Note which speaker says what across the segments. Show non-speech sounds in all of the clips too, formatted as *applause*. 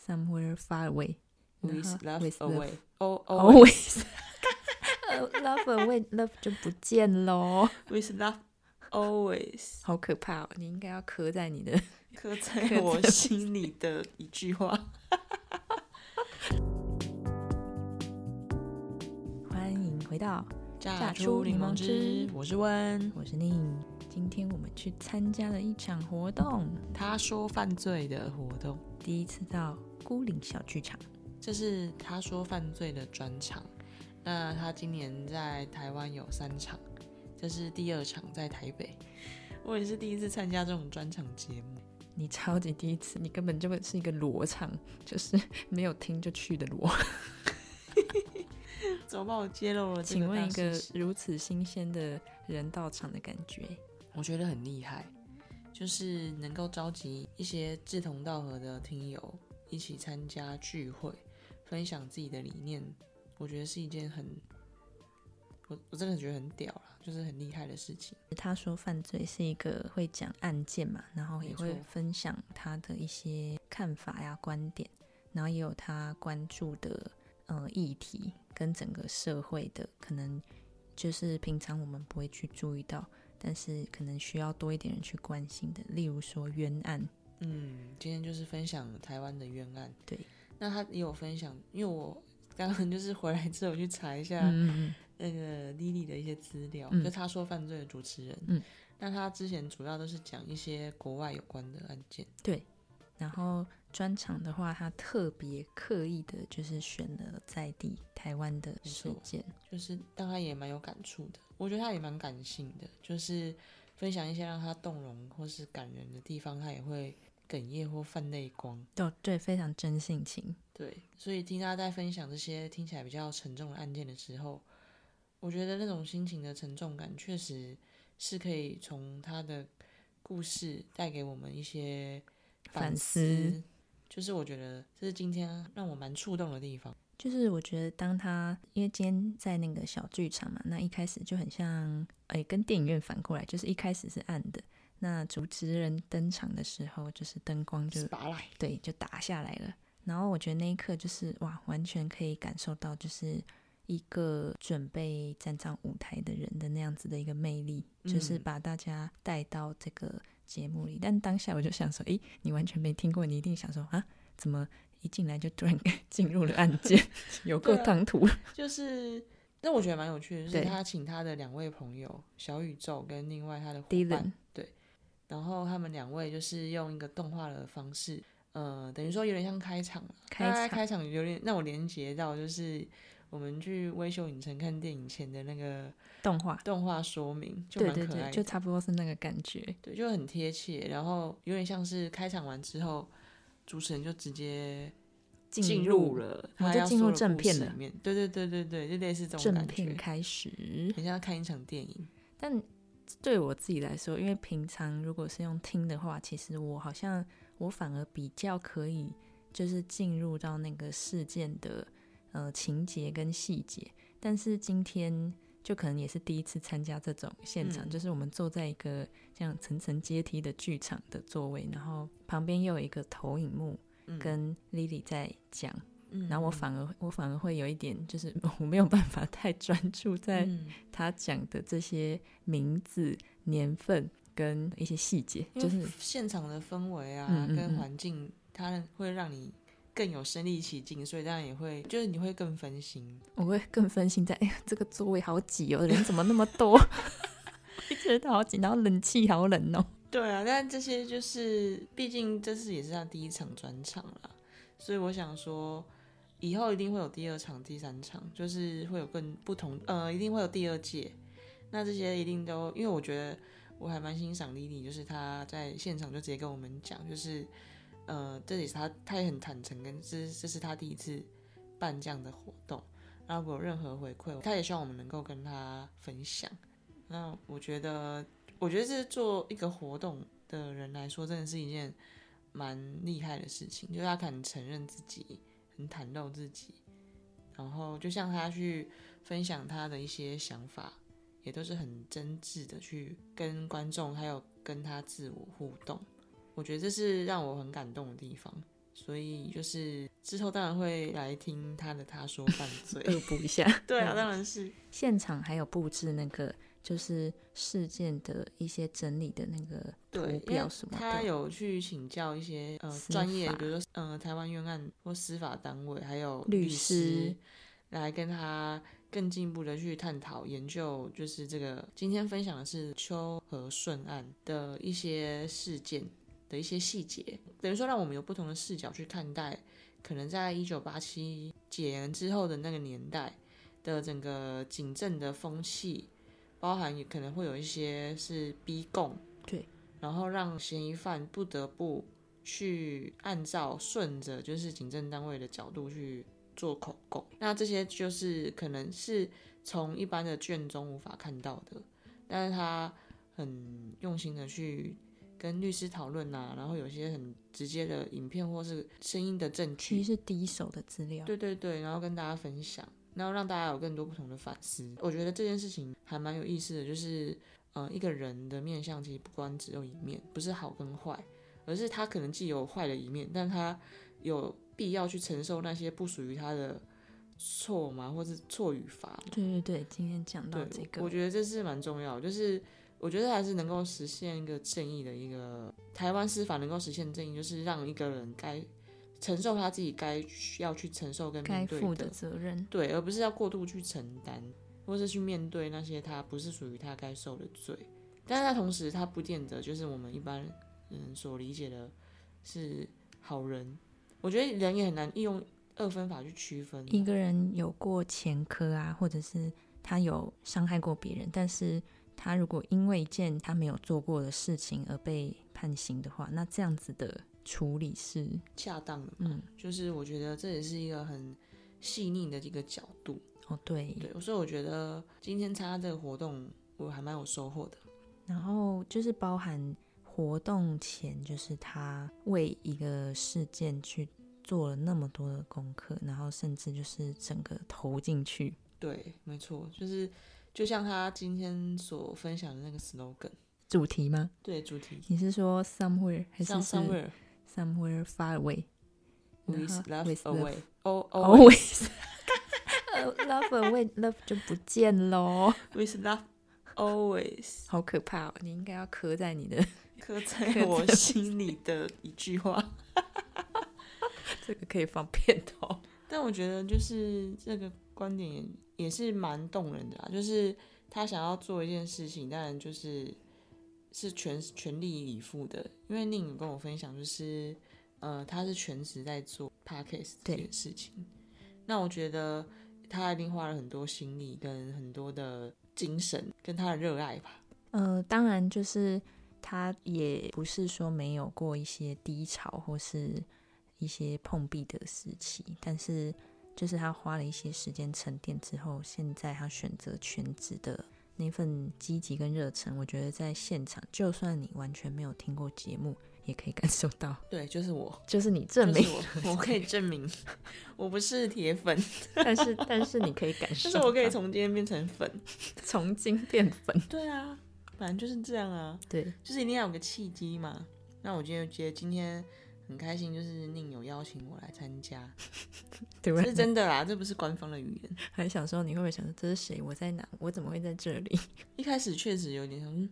Speaker 1: somewhere far away. Uh-huh,
Speaker 2: with love
Speaker 1: with love. 哦
Speaker 2: away oh oh
Speaker 1: *laughs* Always. 呃 love away, love 就不见喽，
Speaker 2: with love always
Speaker 1: 好可怕哦！你应该要刻在你的。
Speaker 2: 刻
Speaker 1: 刻
Speaker 2: 在
Speaker 1: 在
Speaker 2: 我
Speaker 1: 我
Speaker 2: 心里的一句
Speaker 1: *laughs*
Speaker 2: 话。
Speaker 1: 欢迎回到，
Speaker 2: 榨
Speaker 1: 出柠檬汁
Speaker 2: 我是温。
Speaker 1: 我是宁。今天我们去参加了一场活动，
Speaker 2: 他说犯罪的活动，
Speaker 1: 第一次到孤岭小剧场。
Speaker 2: 这是他说犯罪的专场。那他今年在台湾有三场，这是第二场在台北。 *laughs* 我也是第一次参加这种专场节目。
Speaker 1: 你超级第一次，你根本就是一个裸场，就是没有听就去的裸。
Speaker 2: 怎么帮我揭露了这
Speaker 1: 请
Speaker 2: 个
Speaker 1: 问
Speaker 2: 大
Speaker 1: 一
Speaker 2: 事
Speaker 1: 个
Speaker 2: 实？
Speaker 1: 如此新鲜的人到场的感觉，
Speaker 2: 我觉得很厉害，就是能够召集一些志同道合的听友一起参加聚会，分享自己的理念，我觉得是一件很，我我真的觉得很屌啦，就是很厉害的事情。
Speaker 1: 他说犯罪是一个会讲案件嘛，然后也
Speaker 2: 没错
Speaker 1: 会分享他的一些看法呀、观点，然后也有他关注的呃议题跟整个社会的可能就是平常我们不会去注意到，但是可能需要多一点人去关心的，例如说冤案，
Speaker 2: 嗯，今天就是分享台湾的冤案。
Speaker 1: 对，
Speaker 2: 那他也有分享，因为我刚刚就是回来之后去查一下，
Speaker 1: 嗯嗯嗯，
Speaker 2: 那个 Lily 的一些资料，
Speaker 1: 嗯
Speaker 2: 就他说犯罪的主持人，
Speaker 1: 嗯，
Speaker 2: 那他之前主要都是讲一些国外有关的案件，
Speaker 1: 然后专场的话，他特别刻意的，就是选了在地台湾的
Speaker 2: 没
Speaker 1: 事
Speaker 2: 错
Speaker 1: 件，
Speaker 2: 就是但他也蛮有感触的，我觉得他也蛮感性的，就是分享一些让他动容或是感人的地方，他也会哽咽或泛泪光。
Speaker 1: 对哦对，非常真性情。
Speaker 2: 对，所以听他在分享这些听起来比较沉重的案件的时候，我觉得那种心情的沉重感确实是可以从他的故事带给我们一些
Speaker 1: 反
Speaker 2: 思。
Speaker 1: 思
Speaker 2: 就是我觉得这是今天让我蛮触动的地方。
Speaker 1: 就是我觉得，当他因为今天在那个小剧场嘛，那一开始就很像，哎，跟电影院反过来，就是一开始是暗的，那主持人登场的时候，就是灯光就
Speaker 2: 拔来，
Speaker 1: 对，就打下来了。然后我觉得那一刻就是哇，完全可以感受到，就是一个准备站上舞台的人的那样子的一个魅力，就是
Speaker 2: 嗯
Speaker 1: 把大家带到这个节目里。但当下我就想说，诶，你完全没听过，你一定想说啊，怎么一进来就突然 *laughs* 进入了案件， *laughs* 有够
Speaker 2: 对啊
Speaker 1: 唐突。
Speaker 2: 就是那我觉得蛮有趣的，就是
Speaker 1: 对
Speaker 2: 他请他的两位朋友小宇宙跟另外他的伙伴
Speaker 1: Dylan，
Speaker 2: 然后他们两位就是用一个动画的方式，呃，等于说有点像开场啦，
Speaker 1: 开
Speaker 2: 大概
Speaker 1: 场
Speaker 2: 开场有点让我连接到就是我们去微秀影城看电影前的那个
Speaker 1: 动画，
Speaker 2: 动画说明，就
Speaker 1: 对
Speaker 2: 蛮
Speaker 1: 对
Speaker 2: 可
Speaker 1: 对，
Speaker 2: 爱
Speaker 1: 就
Speaker 2: 的，
Speaker 1: 差不多是那个感觉。
Speaker 2: 对，就很贴切，然后有点像是开场完之后，主持人就直接进入了
Speaker 1: 我
Speaker 2: 他
Speaker 1: 就
Speaker 2: 要
Speaker 1: 进
Speaker 2: 说
Speaker 1: 入
Speaker 2: 的
Speaker 1: 正
Speaker 2: 故
Speaker 1: 片
Speaker 2: 事
Speaker 1: 了
Speaker 2: 里面，对对对对对，就类似这种
Speaker 1: 正
Speaker 2: 感
Speaker 1: 片
Speaker 2: 觉，
Speaker 1: 开始，
Speaker 2: 很像看一场电影，
Speaker 1: 但对我自己来说，因为平常如果是用听的话，其实我好像我反而比较可以，就是进入到那个事件的呃情节跟细节。但是今天就可能也是第一次参加这种现场，
Speaker 2: 嗯
Speaker 1: 就是我们坐在一个这样层层阶梯的剧场的座位，然后旁边又有一个投影幕
Speaker 2: 嗯，
Speaker 1: 跟 Lily 在讲，
Speaker 2: 嗯
Speaker 1: 然后我
Speaker 2: 嗯
Speaker 1: 反而我反而会有一点，就是 *laughs* 我没有办法太专注在
Speaker 2: 嗯
Speaker 1: 他讲的这些名字、年份跟一些细节，
Speaker 2: 因
Speaker 1: 就
Speaker 2: 为
Speaker 1: 是
Speaker 2: 现场的氛围啊，
Speaker 1: 嗯嗯
Speaker 2: 跟
Speaker 1: 嗯
Speaker 2: 环境，它会让你更有身临其境，所以当然也会，就是你会更分心。
Speaker 1: 我会更分心在，哎呀，这个座位好挤
Speaker 2: *laughs*
Speaker 1: 哦，人怎么那么多？ *laughs* 一直都好挤，然后冷气好冷哦。
Speaker 2: 对啊，但这些就是，毕竟这次也是他第一场专场啦，所以我想说，以后一定会有第二场、第三场，就是会有更不同，呃，一定会有第二届。那这些一定都，因为我觉得我还蛮欣赏 Lily，就是她在现场就直接跟我们讲，就是，呃，这也是她，她也很坦诚，跟这这是她第一次办这样的活动，然后如果有任何回馈，她也希望我们能够跟她分享。那我觉得我觉得这做一个活动的人来说，真的是一件蛮厉害的事情，就是他肯承认自己，很袒露自己，然后就像他去分享他的一些想法，也都是很真挚的去跟观众还有跟他自我互动。我觉得这是让我很感动的地方。所以就是之后当然会来听他的他说犯罪。
Speaker 1: 恶补一下。
Speaker 2: 对啊，
Speaker 1: 嗯
Speaker 2: 当然是
Speaker 1: *laughs* 现场还有布置那个就是事件的一些整理的那个
Speaker 2: 对，
Speaker 1: 图
Speaker 2: 因为
Speaker 1: 表什么
Speaker 2: 他
Speaker 1: 的，
Speaker 2: 有去请教一些呃
Speaker 1: 司
Speaker 2: 专业，
Speaker 1: 法
Speaker 2: 比如说呃台湾冤案或司法单位，还有
Speaker 1: 律
Speaker 2: 师
Speaker 1: 师
Speaker 2: 来跟他更进一步的去探讨研究，就是这个今天分享的是邱和顺案的一些事件的一些细节，等于说让我们有不同的视角去看待，可能在一九八七解严之后的那个年代的整个警政的风气，包含也可能会有一些是逼供，
Speaker 1: 对，
Speaker 2: 然后让嫌疑犯不得不去按照顺着就是警政单位的角度去做口供，那这些就是可能是从一般的卷宗无法看到的，但是他很用心的去跟律师讨论呐、然后有一些很直接的影片或是声音的证
Speaker 1: 其
Speaker 2: 据，
Speaker 1: 实是第一手的资料。
Speaker 2: 对对对，然后跟大家分享，然后让大家有更多不同的反思。我觉得这件事情还蛮有意思的，就是呃，一个人的面相其实不光只有一面，不是好跟坏，而是他可能既有坏的一面，但他有必要去承受那些不属于他的错嘛，或是错与罚嘛。
Speaker 1: 对对对，今天讲到
Speaker 2: 对，
Speaker 1: 这
Speaker 2: 我
Speaker 1: 个，
Speaker 2: 觉得这是蛮重要的，就是我觉得还是能够实现一个正义的一个台湾司法能够实现正义，就是让一个人该承受他自己该需要去承受跟
Speaker 1: 该
Speaker 2: 面对
Speaker 1: 负的责任。
Speaker 2: 对，而不是要过度去承担，或是去面对那些他不是属于他该受的罪。但是他同时，他不见得就是我们一般人所理解的是好人。我觉得人也很难用二分法去区分啊。
Speaker 1: 一个人有过前科啊，或者是他有伤害过别人，但是他如果因为一件他没有做过的事情而被判刑的话，那这样子的处理是，
Speaker 2: 恰当的，
Speaker 1: 嗯，
Speaker 2: 就是我觉得这也是一个很细腻的一个角度。
Speaker 1: 哦对。
Speaker 2: 对，所以我觉得今天参加这个活动，我还蛮有收获的。
Speaker 1: 然后就是包含活动前，就是他为一个事件去做了那么多的功课，然后甚至就是整个投进去，
Speaker 2: 对，没错，就是就像他今天所分享的那个 slogan，
Speaker 1: 主题吗？
Speaker 2: 对，主题
Speaker 1: 你是说 somewhere 还是
Speaker 2: 上
Speaker 1: 是
Speaker 2: somewhere。
Speaker 1: somewhere far away？然
Speaker 2: with
Speaker 1: 后
Speaker 2: love
Speaker 1: Uh-huh， with love
Speaker 2: away，哦
Speaker 1: *laughs*
Speaker 2: 哦
Speaker 1: always love away love 就不见喽，
Speaker 2: *laughs* ，with love always，
Speaker 1: 好可怕哦！你应该要刻在你的 *laughs*
Speaker 2: 刻
Speaker 1: 刻
Speaker 2: 在
Speaker 1: 在
Speaker 2: 我
Speaker 1: 我
Speaker 2: 心里的一句话。
Speaker 1: 这个可以放片头，
Speaker 2: 但我觉得就是这个观点也也是蛮动人的啊，就是他想要做一件事情，当然就是是全全力以赴的。因为宁有跟我分享，就是呃，他是全职在做 podcast 这
Speaker 1: 对
Speaker 2: 件事情。那我觉得他一定花了很多心力跟很多的精神，跟他的热爱吧。
Speaker 1: 呃，当然就是他也不是说没有过一些低潮或是一些碰壁的时期，但是就是他花了一些时间沉淀之后，现在他选择全职的那份积极跟热忱，我觉得在现场，就算你完全没有听过节目，也可以感受到，
Speaker 2: 对，就是我。
Speaker 1: 就是你证明，
Speaker 2: 就是我，我可以证明我不是铁粉，
Speaker 1: 但是但是你可以感受到，
Speaker 2: 但是我可以从今天变成粉。
Speaker 1: 从今变
Speaker 2: *laughs*
Speaker 1: 粉，
Speaker 2: 对啊，反正就是这样啊，
Speaker 1: 对，
Speaker 2: 就是一定要有个契机嘛。那我今天就觉得今天很开心，就是宁有邀请我来参
Speaker 1: *laughs*
Speaker 2: 加，
Speaker 1: 突
Speaker 2: 这是
Speaker 1: 然
Speaker 2: 真的啦，这不是官方的语言。
Speaker 1: 很想说，你会不会想说这是谁？我在哪？我怎么会在这里？
Speaker 2: 一开始确实有点想，嗯，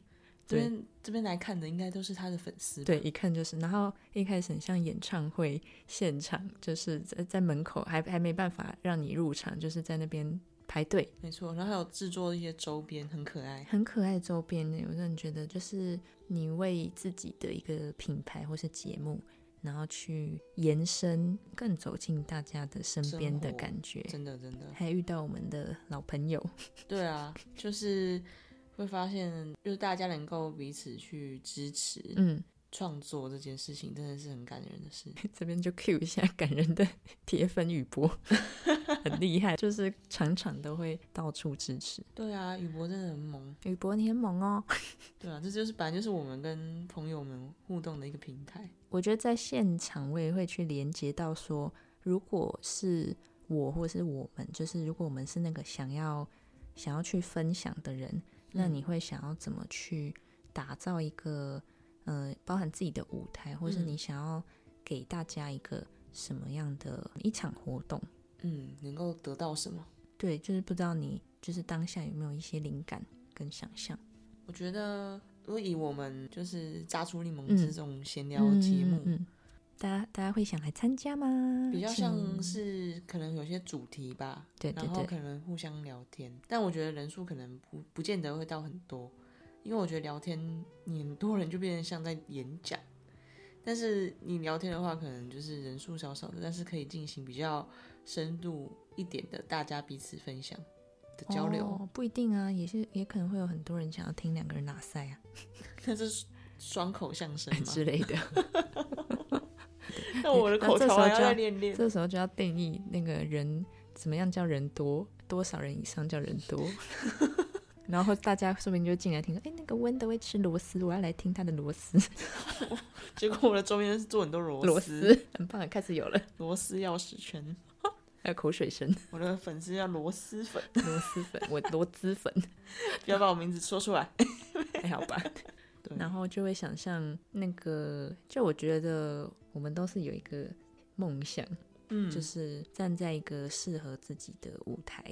Speaker 2: 这
Speaker 1: 对
Speaker 2: 边这边来看的应该都是他的粉丝吧。
Speaker 1: 对，一看就是。然后一开始很像演唱会现场，就是在在门口还还没办法让你入场，就是在那边排队，
Speaker 2: 没错。然后还有制作一些周边，很可爱。
Speaker 1: 很可爱的周边呢。我真的觉得，就是你为自己的一个品牌或是节目，然后去延伸，更走进大家的身
Speaker 2: 生
Speaker 1: 边的
Speaker 2: 活
Speaker 1: 感觉。
Speaker 2: 真的真的，
Speaker 1: 还遇到我们的老朋友，
Speaker 2: 对啊，就是会发现，就是大家能够彼此去支持，
Speaker 1: 嗯，
Speaker 2: 创作这件事情真的是很感人的
Speaker 1: *laughs*
Speaker 2: 事。
Speaker 1: 这边就 cue 一下 *laughs* 感人的铁粉雨 *laughs* 波，很厉害，就是场场都会到处支持
Speaker 2: 对啊，宇博真的很萌。
Speaker 1: 雨波，你很猛哦。
Speaker 2: 对啊，这就是本来就是我们跟朋友们互动的一个平台。
Speaker 1: 我觉得在现场我也会去连接到说，如果是我或是我们，就是如果我们是那个想要想要去分享的人，那你会想要怎么去打造一个呃，包含自己的舞台，或是
Speaker 2: 嗯
Speaker 1: 你想要给大家一个什么样的一场活动？
Speaker 2: 嗯，能够得到什么？
Speaker 1: 对，就是不知道你就是当下有没有一些灵感跟想象。
Speaker 2: 我觉得，如果以我们就是榨出柠檬
Speaker 1: 嗯
Speaker 2: 汁这种闲聊节目，
Speaker 1: 嗯嗯嗯嗯大家大家会想来参加吗？
Speaker 2: 比较
Speaker 1: 请
Speaker 2: 像是可能有些主题吧，
Speaker 1: 对对
Speaker 2: 然后
Speaker 1: 对
Speaker 2: 可能互相聊天，但我觉得人数可能不不见得会到很多，因为我觉得聊天你很多人就变成像在演讲，但是你聊天的话，可能就是人数少少的，但是可以进行比较深度一点的，大家彼此分享的交流，
Speaker 1: 哦、不一定啊，也是也可能会有很多人想要听两个人拉塞啊
Speaker 2: 那是双口
Speaker 1: *laughs*
Speaker 2: 相声嘛。
Speaker 1: 之
Speaker 2: *laughs*
Speaker 1: 类的。
Speaker 2: 那我的
Speaker 1: 那
Speaker 2: 口
Speaker 1: 这
Speaker 2: 条
Speaker 1: 时候
Speaker 2: 还要
Speaker 1: 就要
Speaker 2: 再练练。
Speaker 1: 这时候就要定义那个人怎么样叫人多，多少人以上叫人
Speaker 2: *laughs*
Speaker 1: 多。然后大家说不定就进来听说，哎，那个温的会吃螺丝，我要来听他的螺丝，
Speaker 2: 结果我的周边是做很多螺
Speaker 1: 螺
Speaker 2: 丝、
Speaker 1: 丝 *laughs* 很棒，啊开始有了，
Speaker 2: 螺丝钥匙圈，
Speaker 1: 还有口水声，
Speaker 2: 我的粉丝叫螺蛳粉，
Speaker 1: 螺蛳粉，我螺蛳粉，
Speaker 2: 不要把我名字说出来。
Speaker 1: *laughs* 还好吧？
Speaker 2: 对
Speaker 1: 然后就会想象那个，就我觉得我们都是有一个梦想，
Speaker 2: 嗯，
Speaker 1: 就是站在一个适合自己的舞台，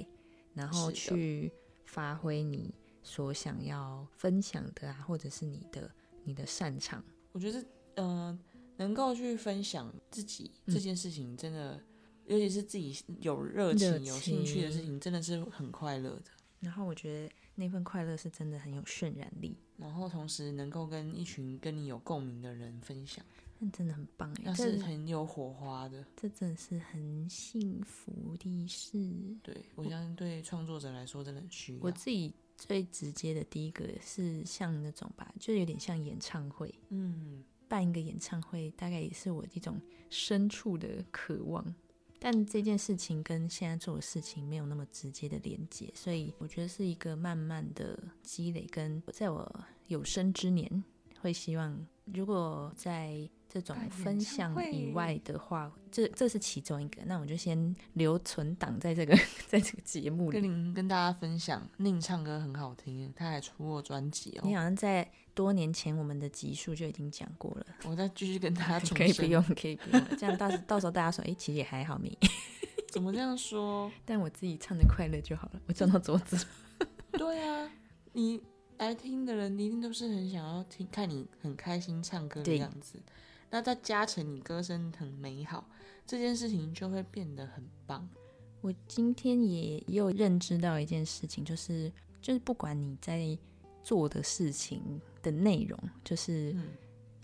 Speaker 1: 然后
Speaker 2: 是的
Speaker 1: 去发挥你所想要分享的啊，或者是你的你的擅长。
Speaker 2: 我觉得是，呃，能够去分享自己
Speaker 1: 嗯
Speaker 2: 这件事情，真的，尤其是自己有
Speaker 1: 热
Speaker 2: 热情、
Speaker 1: 情
Speaker 2: 有兴趣的事情，真的是很快乐的。
Speaker 1: 然后我觉得那份快乐是真的很有渲染力，
Speaker 2: 然后同时能够跟一群跟你有共鸣的人分享，
Speaker 1: 那真的很棒哎
Speaker 2: 那，是
Speaker 1: 这
Speaker 2: 很有火花的。
Speaker 1: 这真的是很幸福的事。
Speaker 2: 对我相信对创作者来说真的很需
Speaker 1: 我
Speaker 2: 要。
Speaker 1: 自己最直接的第一个是像那种吧，就有点像演唱会，
Speaker 2: 嗯，
Speaker 1: 办一个演唱会，大概也是我一种深处的渴望。但这件事情跟现在做的事情没有那么直接的连接，所以我觉得是一个慢慢的积累。跟我在我有生之年，会希望如果在这种
Speaker 2: 办演唱
Speaker 1: 分享以
Speaker 2: 会
Speaker 1: 外的话，这这是其中一个。那我就先留存档在这个 *laughs* 在这个节目
Speaker 2: 跟
Speaker 1: 里。
Speaker 2: 您跟大家分享，宁唱歌很好听，他还出过专辑
Speaker 1: 你
Speaker 2: 哦。
Speaker 1: 好像在多年前我们的集数就已经讲过了，
Speaker 2: 我再继续跟大家
Speaker 1: *laughs*
Speaker 2: 重
Speaker 1: 可以不
Speaker 2: 申，
Speaker 1: 用，可以不用了，这样到时到时候大家说，哎、其实也还好没
Speaker 2: 怎么这样说？
Speaker 1: 但我自己唱的快乐就好了。我 *laughs* 撞到桌子，
Speaker 2: 对啊，你来听的人一定都是很想要听，看你很开心唱歌的
Speaker 1: 对
Speaker 2: 样子，那再加成你歌声很美好，这件事情就会变得很棒。
Speaker 1: 我今天也也有认知到一件事情，就是就是不管你在做的事情的内容，就是、
Speaker 2: 嗯，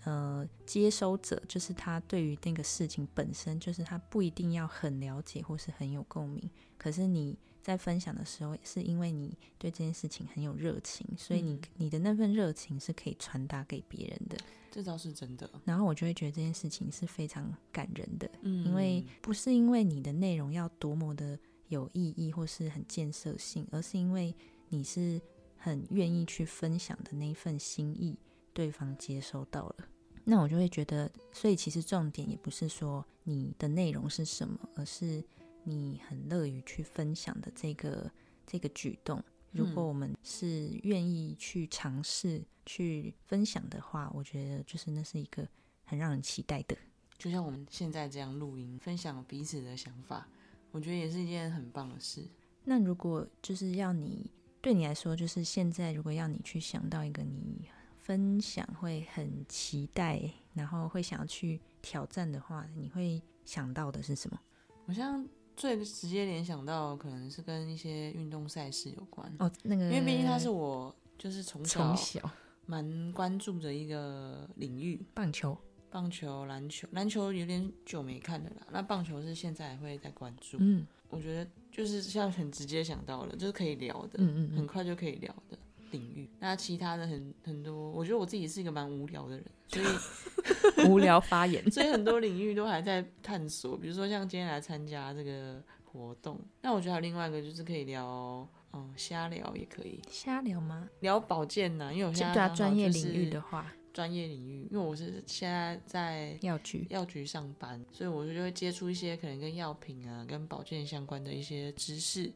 Speaker 1: 呃，接收者就是他对于那个事情本身，就是他不一定要很了解或是很有共鸣，可是你在分享的时候，是因为你对这件事情很有热情，所以你、
Speaker 2: 嗯
Speaker 1: 你的那份热情是可以传达给别人的。
Speaker 2: 这倒是真的。
Speaker 1: 然后我就会觉得这件事情是非常感人的，
Speaker 2: 嗯，
Speaker 1: 因为不是因为你的内容要多么的有意义或是很建设性，而是因为你是很愿意去分享的那一份心意，对方接收到了。那我就会觉得，所以其实重点也不是说你的内容是什么，而是你很乐于去分享的这个这个举动。如果
Speaker 2: 嗯
Speaker 1: 我们是愿意去尝试去分享的话，我觉得就是那是一个很让人期待的。
Speaker 2: 就像我们现在这样录音，分享彼此的想法，我觉得也是一件很棒的事。
Speaker 1: 那如果就是要你对你来说，就是现在如果要你去想到一个你分享会很期待，然后会想要去挑战的话，你会想到的是什么？
Speaker 2: 我像最直接联想到，可能是跟一些运动赛事有关，
Speaker 1: 哦，那个，
Speaker 2: 因为毕竟它是我就是从
Speaker 1: 从
Speaker 2: 小
Speaker 1: 小
Speaker 2: 蛮关注的一个领域。
Speaker 1: 棒球，
Speaker 2: 棒球、篮球，篮球有点久没看了啦。那棒球是现在还会在关注，
Speaker 1: 嗯
Speaker 2: 我觉得就是像很直接想到了，就是可以聊的，
Speaker 1: 嗯嗯
Speaker 2: 很
Speaker 1: 嗯，
Speaker 2: 快就可以聊的领域。那其他的很很多，我觉得我自己是一个蛮无聊的人，所以 *laughs*
Speaker 1: 无聊发言 *laughs*
Speaker 2: 所以很多领域都还在探索。比如说像今天来参加这个活动，那我觉得还有另外一个就是可以聊，嗯，瞎聊也可以
Speaker 1: 瞎聊吗？
Speaker 2: 聊保健呐、因为我现在
Speaker 1: 对啊，
Speaker 2: 刚好
Speaker 1: 专业
Speaker 2: 就
Speaker 1: 领域
Speaker 2: 是
Speaker 1: 的话，
Speaker 2: 专业领域，因为我是现在在
Speaker 1: 药局，
Speaker 2: 药局上班，所以我就会接触一些可能跟药品啊、跟保健相关的一些知识，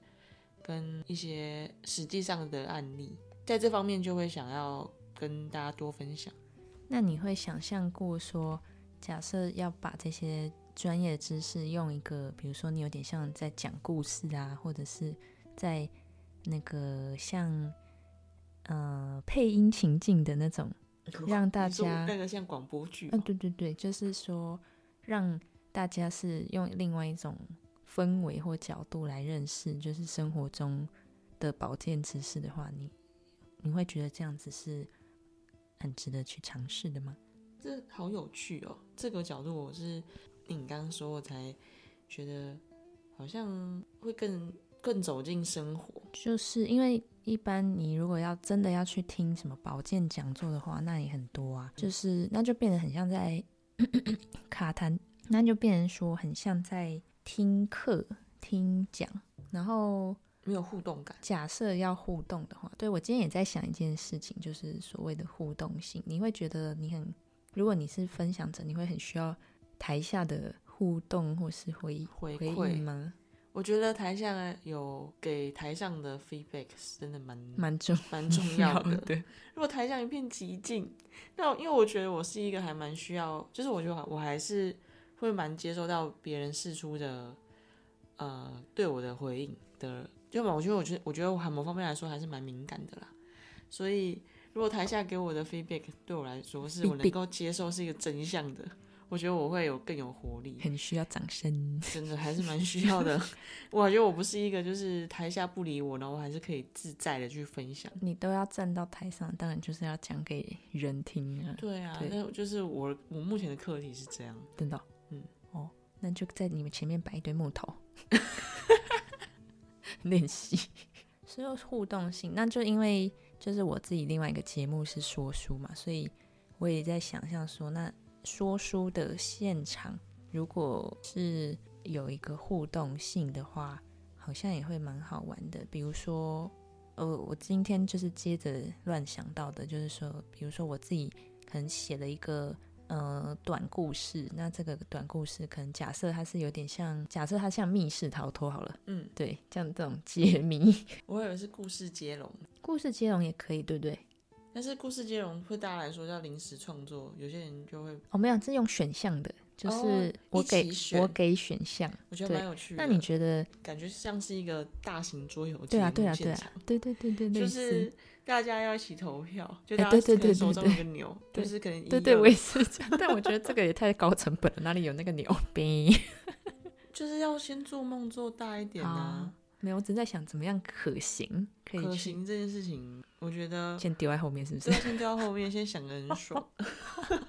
Speaker 2: 跟一些实际上的案例，在这方面就会想要跟大家多分享。
Speaker 1: 那你会想象过说假设要把这些专业知识用一个，比如说你有点像在讲故事啊，或者是在那个像呃配音情境的那种，让大
Speaker 2: 你说
Speaker 1: 家
Speaker 2: 那个像广播剧哦
Speaker 1: 嗯、
Speaker 2: 吗、
Speaker 1: 对对对，就是说让大家是用另外一种氛围或角度来认识，就是生活中的保健知识的话，你你会觉得这样子是很值得去尝试的吗？
Speaker 2: 这好有趣哦！这个角度我是你刚刚说，我才觉得好像会更更走进生活。
Speaker 1: 就是因为一般你如果要真的要去听什么保健讲座的话，那也很多啊，就是那就变得很像在 *coughs* 卡痰，那就变成说很像在听课听讲，然后
Speaker 2: 没有互动感，
Speaker 1: 假设要互动的话，对我今天也在想一件事情，就是所谓的互动性。你会觉得你很，如果你是分享者，你会很需要台下的互动或是回
Speaker 2: 回馈
Speaker 1: 应吗？
Speaker 2: 我觉得台下有给台上的 feedback 是真的蛮
Speaker 1: 蛮重
Speaker 2: 蛮重要的。
Speaker 1: 的。
Speaker 2: 如果台上一片寂静，那因为我觉得我是一个还蛮需要，就是我觉得我还是会蛮接受到别人释出的，呃，对我的回应的，就嘛，我觉得我觉得我觉得我还某方面来说还是蛮敏感的啦，所以如果台下给我的 feedback 对我来说是我
Speaker 1: Feedback
Speaker 2: 能够接受是一个真相的，我觉得我会有更有活力，
Speaker 1: 很需要掌声。
Speaker 2: 真的还是蛮需要的。 *laughs* 我觉得我不是一个就是台下不理我，然后我还是可以自在的去分享。
Speaker 1: 你都要站到台上，当然就是要讲给人听啊，
Speaker 2: 对啊，
Speaker 1: 对
Speaker 2: 那就是我我目前的课题是这样，
Speaker 1: 真的哦。
Speaker 2: 嗯，
Speaker 1: 哦，那就在你们前面摆一堆木头， *laughs* 练习。是有互动性，那就因为就是我自己另外一个节目是说书嘛，所以我也在想象说，那说书的现场如果是有一个互动性的话，好像也会蛮好玩的。比如说，呃，我今天就是接着乱想到的，就是说，比如说我自己可能写了一个呃短故事，那这个短故事可能假设它是有点像，假设它像密室逃脱好了，
Speaker 2: 嗯，
Speaker 1: 对，像这种解谜。
Speaker 2: 我以为是故事接龙，
Speaker 1: 故事接龙也可以，对不对？
Speaker 2: 但是故事接龙会大家来说叫临时创作，有些人就会
Speaker 1: 哦，没有，是用选项的，就
Speaker 2: 哦
Speaker 1: 是我给、
Speaker 2: 一起选
Speaker 1: 我给选项。
Speaker 2: 我觉得
Speaker 1: 对
Speaker 2: 蛮有趣的。
Speaker 1: 那你觉得？
Speaker 2: 感觉像是一个大型桌游节
Speaker 1: 对啊，
Speaker 2: 目
Speaker 1: 对啊，对
Speaker 2: 现
Speaker 1: 啊
Speaker 2: 场，，
Speaker 1: 对对对对，
Speaker 2: 就
Speaker 1: 类
Speaker 2: 是
Speaker 1: 似
Speaker 2: 大家要一起投票，就
Speaker 1: 哎
Speaker 2: 大
Speaker 1: 对
Speaker 2: 家
Speaker 1: 对
Speaker 2: 可能
Speaker 1: 对
Speaker 2: 手
Speaker 1: 对
Speaker 2: 上
Speaker 1: 对
Speaker 2: 有个钮，
Speaker 1: 对
Speaker 2: 就是可能一
Speaker 1: 对对，
Speaker 2: 二
Speaker 1: 我也是这样，但我觉得这个也太高成本了，哪里有那个牛逼？ *laughs*
Speaker 2: 就是要先做梦做大一点啊
Speaker 1: 啊。没有，我只是在想怎么样可行，可以
Speaker 2: 可
Speaker 1: 去
Speaker 2: 行这件事情，我觉得
Speaker 1: 先丢在后面，是不
Speaker 2: 这
Speaker 1: 是
Speaker 2: 要？先丢到后面，先想的很爽。
Speaker 1: *laughs*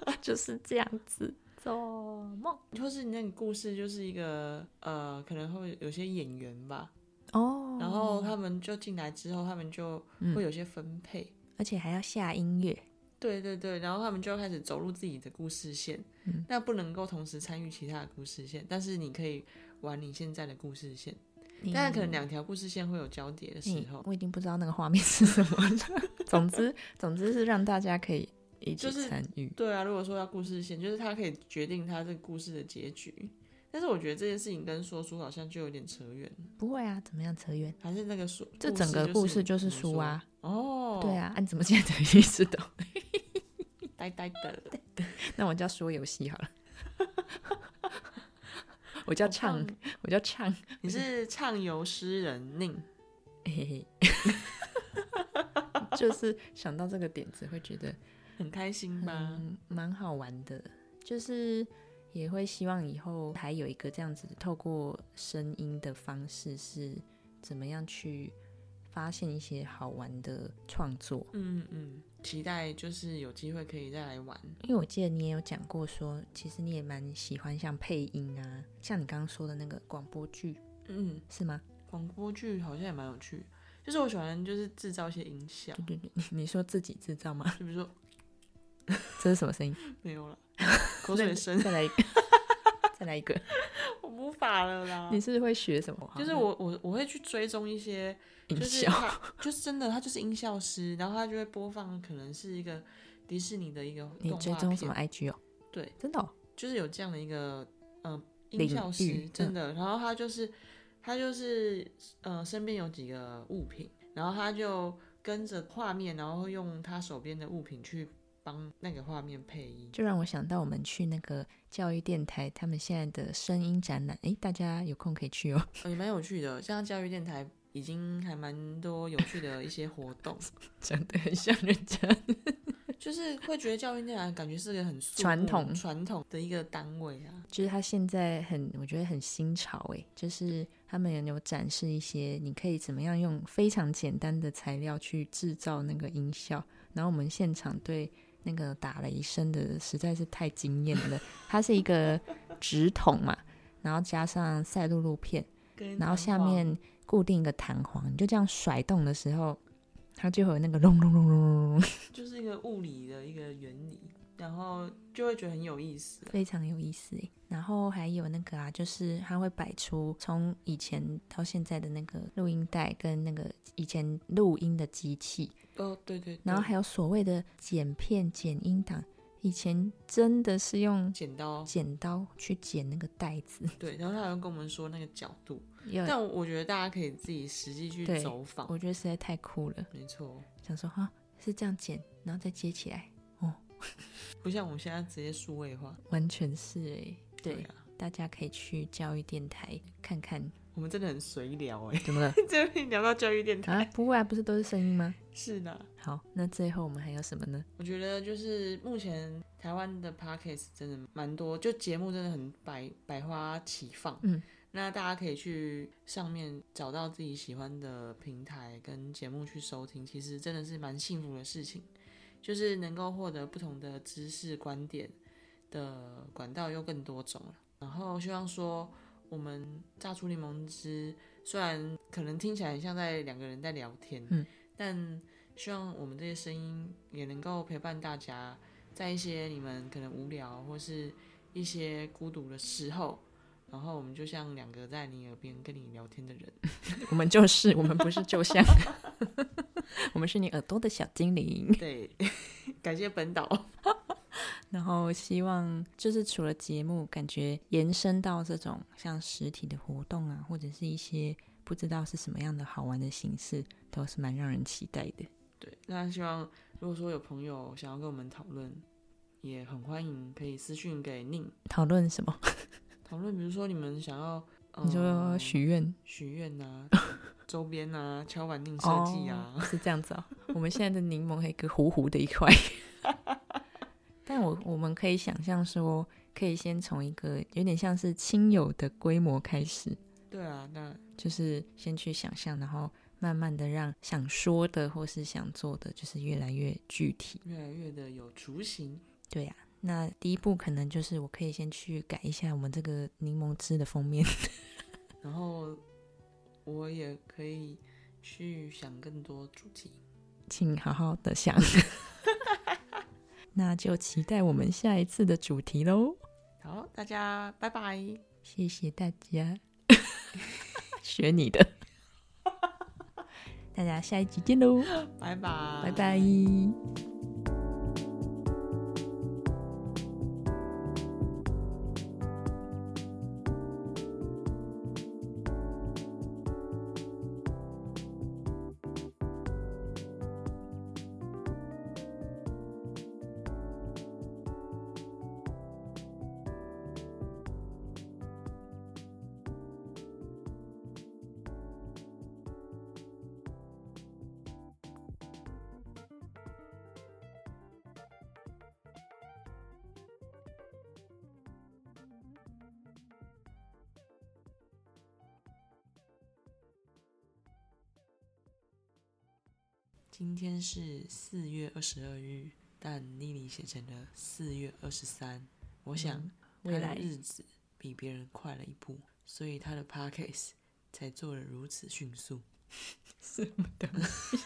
Speaker 2: 啊
Speaker 1: 就是这样子做梦
Speaker 2: 就是你那个故事就是一个呃，可能会有些演员吧，
Speaker 1: 哦，
Speaker 2: 然后他们就进来之后，他们就会
Speaker 1: 嗯，
Speaker 2: 有些分配，
Speaker 1: 而且还要下音乐，
Speaker 2: 对对对，然后他们就开始走入自己的故事线，
Speaker 1: 嗯
Speaker 2: 那不能够同时参与其他的故事线，但是你可以玩你现在的故事线，
Speaker 1: 你
Speaker 2: 但是可能两条故事线会有交叠的时
Speaker 1: 你
Speaker 2: 候，
Speaker 1: 我已经不知道那个画面是什么了。 *laughs* 总之，总之是让大家可以一起
Speaker 2: 就是
Speaker 1: 参与。
Speaker 2: 对啊，如果说要故事线，就是他可以决定他这个故事的结局，但是我觉得这件事情跟说书好像就有点扯远，
Speaker 1: 不会啊，怎么样扯远？
Speaker 2: 还是那个书，
Speaker 1: 这整个故事就是
Speaker 2: 怎么
Speaker 1: 书啊，
Speaker 2: 说，哦，
Speaker 1: 对，啊，啊你怎么现在才意识到？ *laughs*
Speaker 2: 呆呆的。
Speaker 1: 那我叫说游戏好了， *laughs* 我叫唱，我叫唱， *laughs*
Speaker 2: 你是畅游诗人宁，
Speaker 1: 嘿嘿 *laughs* 嘿，就是想到这个点子会觉得
Speaker 2: 很开心吧？
Speaker 1: 嗯，蛮好玩的，就是也会希望以后还有一个这样子，透过声音的方式是怎么样去发现一些好玩的创作。
Speaker 2: 嗯嗯，期待就是有机会可以再来玩。
Speaker 1: 因为我记得你也有讲过说，其实你也蛮喜欢像配音啊，像你刚刚说的那个广播剧
Speaker 2: 嗯，
Speaker 1: 是吗？
Speaker 2: 广播剧好像也蛮有趣，就是我喜欢就是制造一些音效，
Speaker 1: 对对对，你说自己制造吗？
Speaker 2: 就比如说
Speaker 1: *laughs*
Speaker 2: *laughs*
Speaker 1: 这是什么 *laughs* 声音？
Speaker 2: 没有了，口
Speaker 1: *laughs*
Speaker 2: 水声，
Speaker 1: 再来一个，再来一 *laughs* 个。
Speaker 2: 我无法了啦
Speaker 1: 你。是会学什么？
Speaker 2: 就是我我我会去追踪一些，
Speaker 1: 音
Speaker 2: 就是
Speaker 1: *laughs* 效，
Speaker 2: 他就是真的他就是音效师，然后他就会播放可能是一个迪士尼的一个
Speaker 1: 你
Speaker 2: 动
Speaker 1: 追
Speaker 2: 画
Speaker 1: 踪什
Speaker 2: 片
Speaker 1: 么，IG 哦？
Speaker 2: 对，
Speaker 1: 真的哦、
Speaker 2: 就是有这样的一个呃音
Speaker 1: 领
Speaker 2: 效
Speaker 1: 域
Speaker 2: 师，
Speaker 1: 嗯
Speaker 2: 真的。然后他就是他就是呃身边有几个物品，然后他就跟着画面，然后用他手边的物品去帮那个画面配音。
Speaker 1: 就让我想到我们去那个教育电台，他们现在的声音展览，诶，大家有空可以去哦。 *laughs*
Speaker 2: 呃也蛮有趣的，像教育电台已经还蛮多有趣的一些活
Speaker 1: *laughs*
Speaker 2: 动，
Speaker 1: 讲的很像人家，
Speaker 2: 就是会觉得教育电台感觉是个很肃穆
Speaker 1: 传统
Speaker 2: 传统的一个单位啊。
Speaker 1: 就是他现在很，我觉得很新潮诶，就是他们有展示一些你可以怎么样用非常简单的材料去制造那个音效，然后我们现场对那个打雷声的实在是太惊艳了，它是一个直筒嘛，然后加上赛璐璐片。
Speaker 2: 跟
Speaker 1: 然后下
Speaker 2: 南瓜
Speaker 1: 面固定一个弹簧，你就这样甩动的时候，它就会有那个隆隆隆隆隆 *laughs* 隆，
Speaker 2: 就是一个物理的一个原理，然后就会觉得很有意思。
Speaker 1: 非常有意思诶。然后还有那个啊，就是它会摆出从以前到现在的那个录音带跟那个以前录音的机器，
Speaker 2: 哦，对对对
Speaker 1: 然后还有所谓的剪片、剪音档，以前真的是用
Speaker 2: 剪刀，
Speaker 1: 剪刀去剪那个带子，
Speaker 2: 对，然后他好像跟我们说那个角度，
Speaker 1: *laughs* 要
Speaker 2: 但我觉得大家可以自己实际去
Speaker 1: 对
Speaker 2: 走访，
Speaker 1: 我觉得实在太酷了，
Speaker 2: 没错，
Speaker 1: 想说哈、是这样剪，然后再接起来，
Speaker 2: 不像我们现在直接数位化。
Speaker 1: 完全是诶。对
Speaker 2: 啊，
Speaker 1: 大家可以去教育电台看看。
Speaker 2: 我们真的很随聊哎、
Speaker 1: 怎么 *laughs* 了？
Speaker 2: *laughs* 这边聊到教育电台，
Speaker 1: 啊，不会啊，不是都是声音吗？
Speaker 2: 是的，
Speaker 1: 好，那最后我们还有什么呢？
Speaker 2: 我觉得就是目前台湾的 podcast 真的蛮多，就节目真的很百百花齐放。
Speaker 1: 嗯，
Speaker 2: 那大家可以去上面找到自己喜欢的平台跟节目去收听，其实真的是蛮幸福的事情，就是能够获得不同的知识观点的管道又更多种了。然后希望说我们榨出柠檬汁，虽然可能听起来很像在两个人在聊天，
Speaker 1: 嗯，
Speaker 2: 但希望我们这些声音也能够陪伴大家，在一些你们可能无聊或是一些孤独的时候，然后我们就像两个在你耳边跟你聊天的人。 *laughs*
Speaker 1: 我们就是，我们不是就 *laughs* 像，我们是你耳朵的小精灵。
Speaker 2: 对，感谢本岛。
Speaker 1: 然后希望就是除了节目，感觉延伸到这种像实体的活动啊，或者是一些不知道是什么样的好玩的形式，都是蛮让人期待的。
Speaker 2: 对，那希望如果说有朋友想要跟我们讨论，也很欢迎可以私讯给宁
Speaker 1: 讨论什么？
Speaker 2: 讨论，比如说你们想要，呃、
Speaker 1: 你说许愿？啊
Speaker 2: 许愿呐、 *laughs* 周边呐、敲碗宁设计啊。
Speaker 1: 哦，是这样子哦。我们现在的柠檬还有一个糊糊的一
Speaker 2: *laughs*
Speaker 1: 块，但我我们可以想象说，可以先从一个有点像是亲友的规模开始，
Speaker 2: 对啊，那
Speaker 1: 就是先去想象，然后慢慢的让想说的或是想做的，就是越来越具体。
Speaker 2: 越来越的有雏形。
Speaker 1: 对呀、那第一步可能就是我可以先去改一下我们这个柠檬汁的封面， *laughs*
Speaker 2: 然后我也可以去想更多主题。
Speaker 1: 请好好的
Speaker 2: *laughs*
Speaker 1: 想。那就期待我们下一次的主题喽。
Speaker 2: 好，大家拜拜。
Speaker 1: 谢谢大家，学你的，大家下一集见喽，
Speaker 2: 拜拜，
Speaker 1: 拜拜。
Speaker 2: 今天是四月二十二日，但妮妮写成了四月二十三。我想，
Speaker 1: 嗯未
Speaker 2: 她的
Speaker 1: 来
Speaker 2: 日子比别人快了一步，所以
Speaker 1: *laughs*
Speaker 2: 她的 p a c k a s e 才做了如此迅速。
Speaker 1: 什么东西？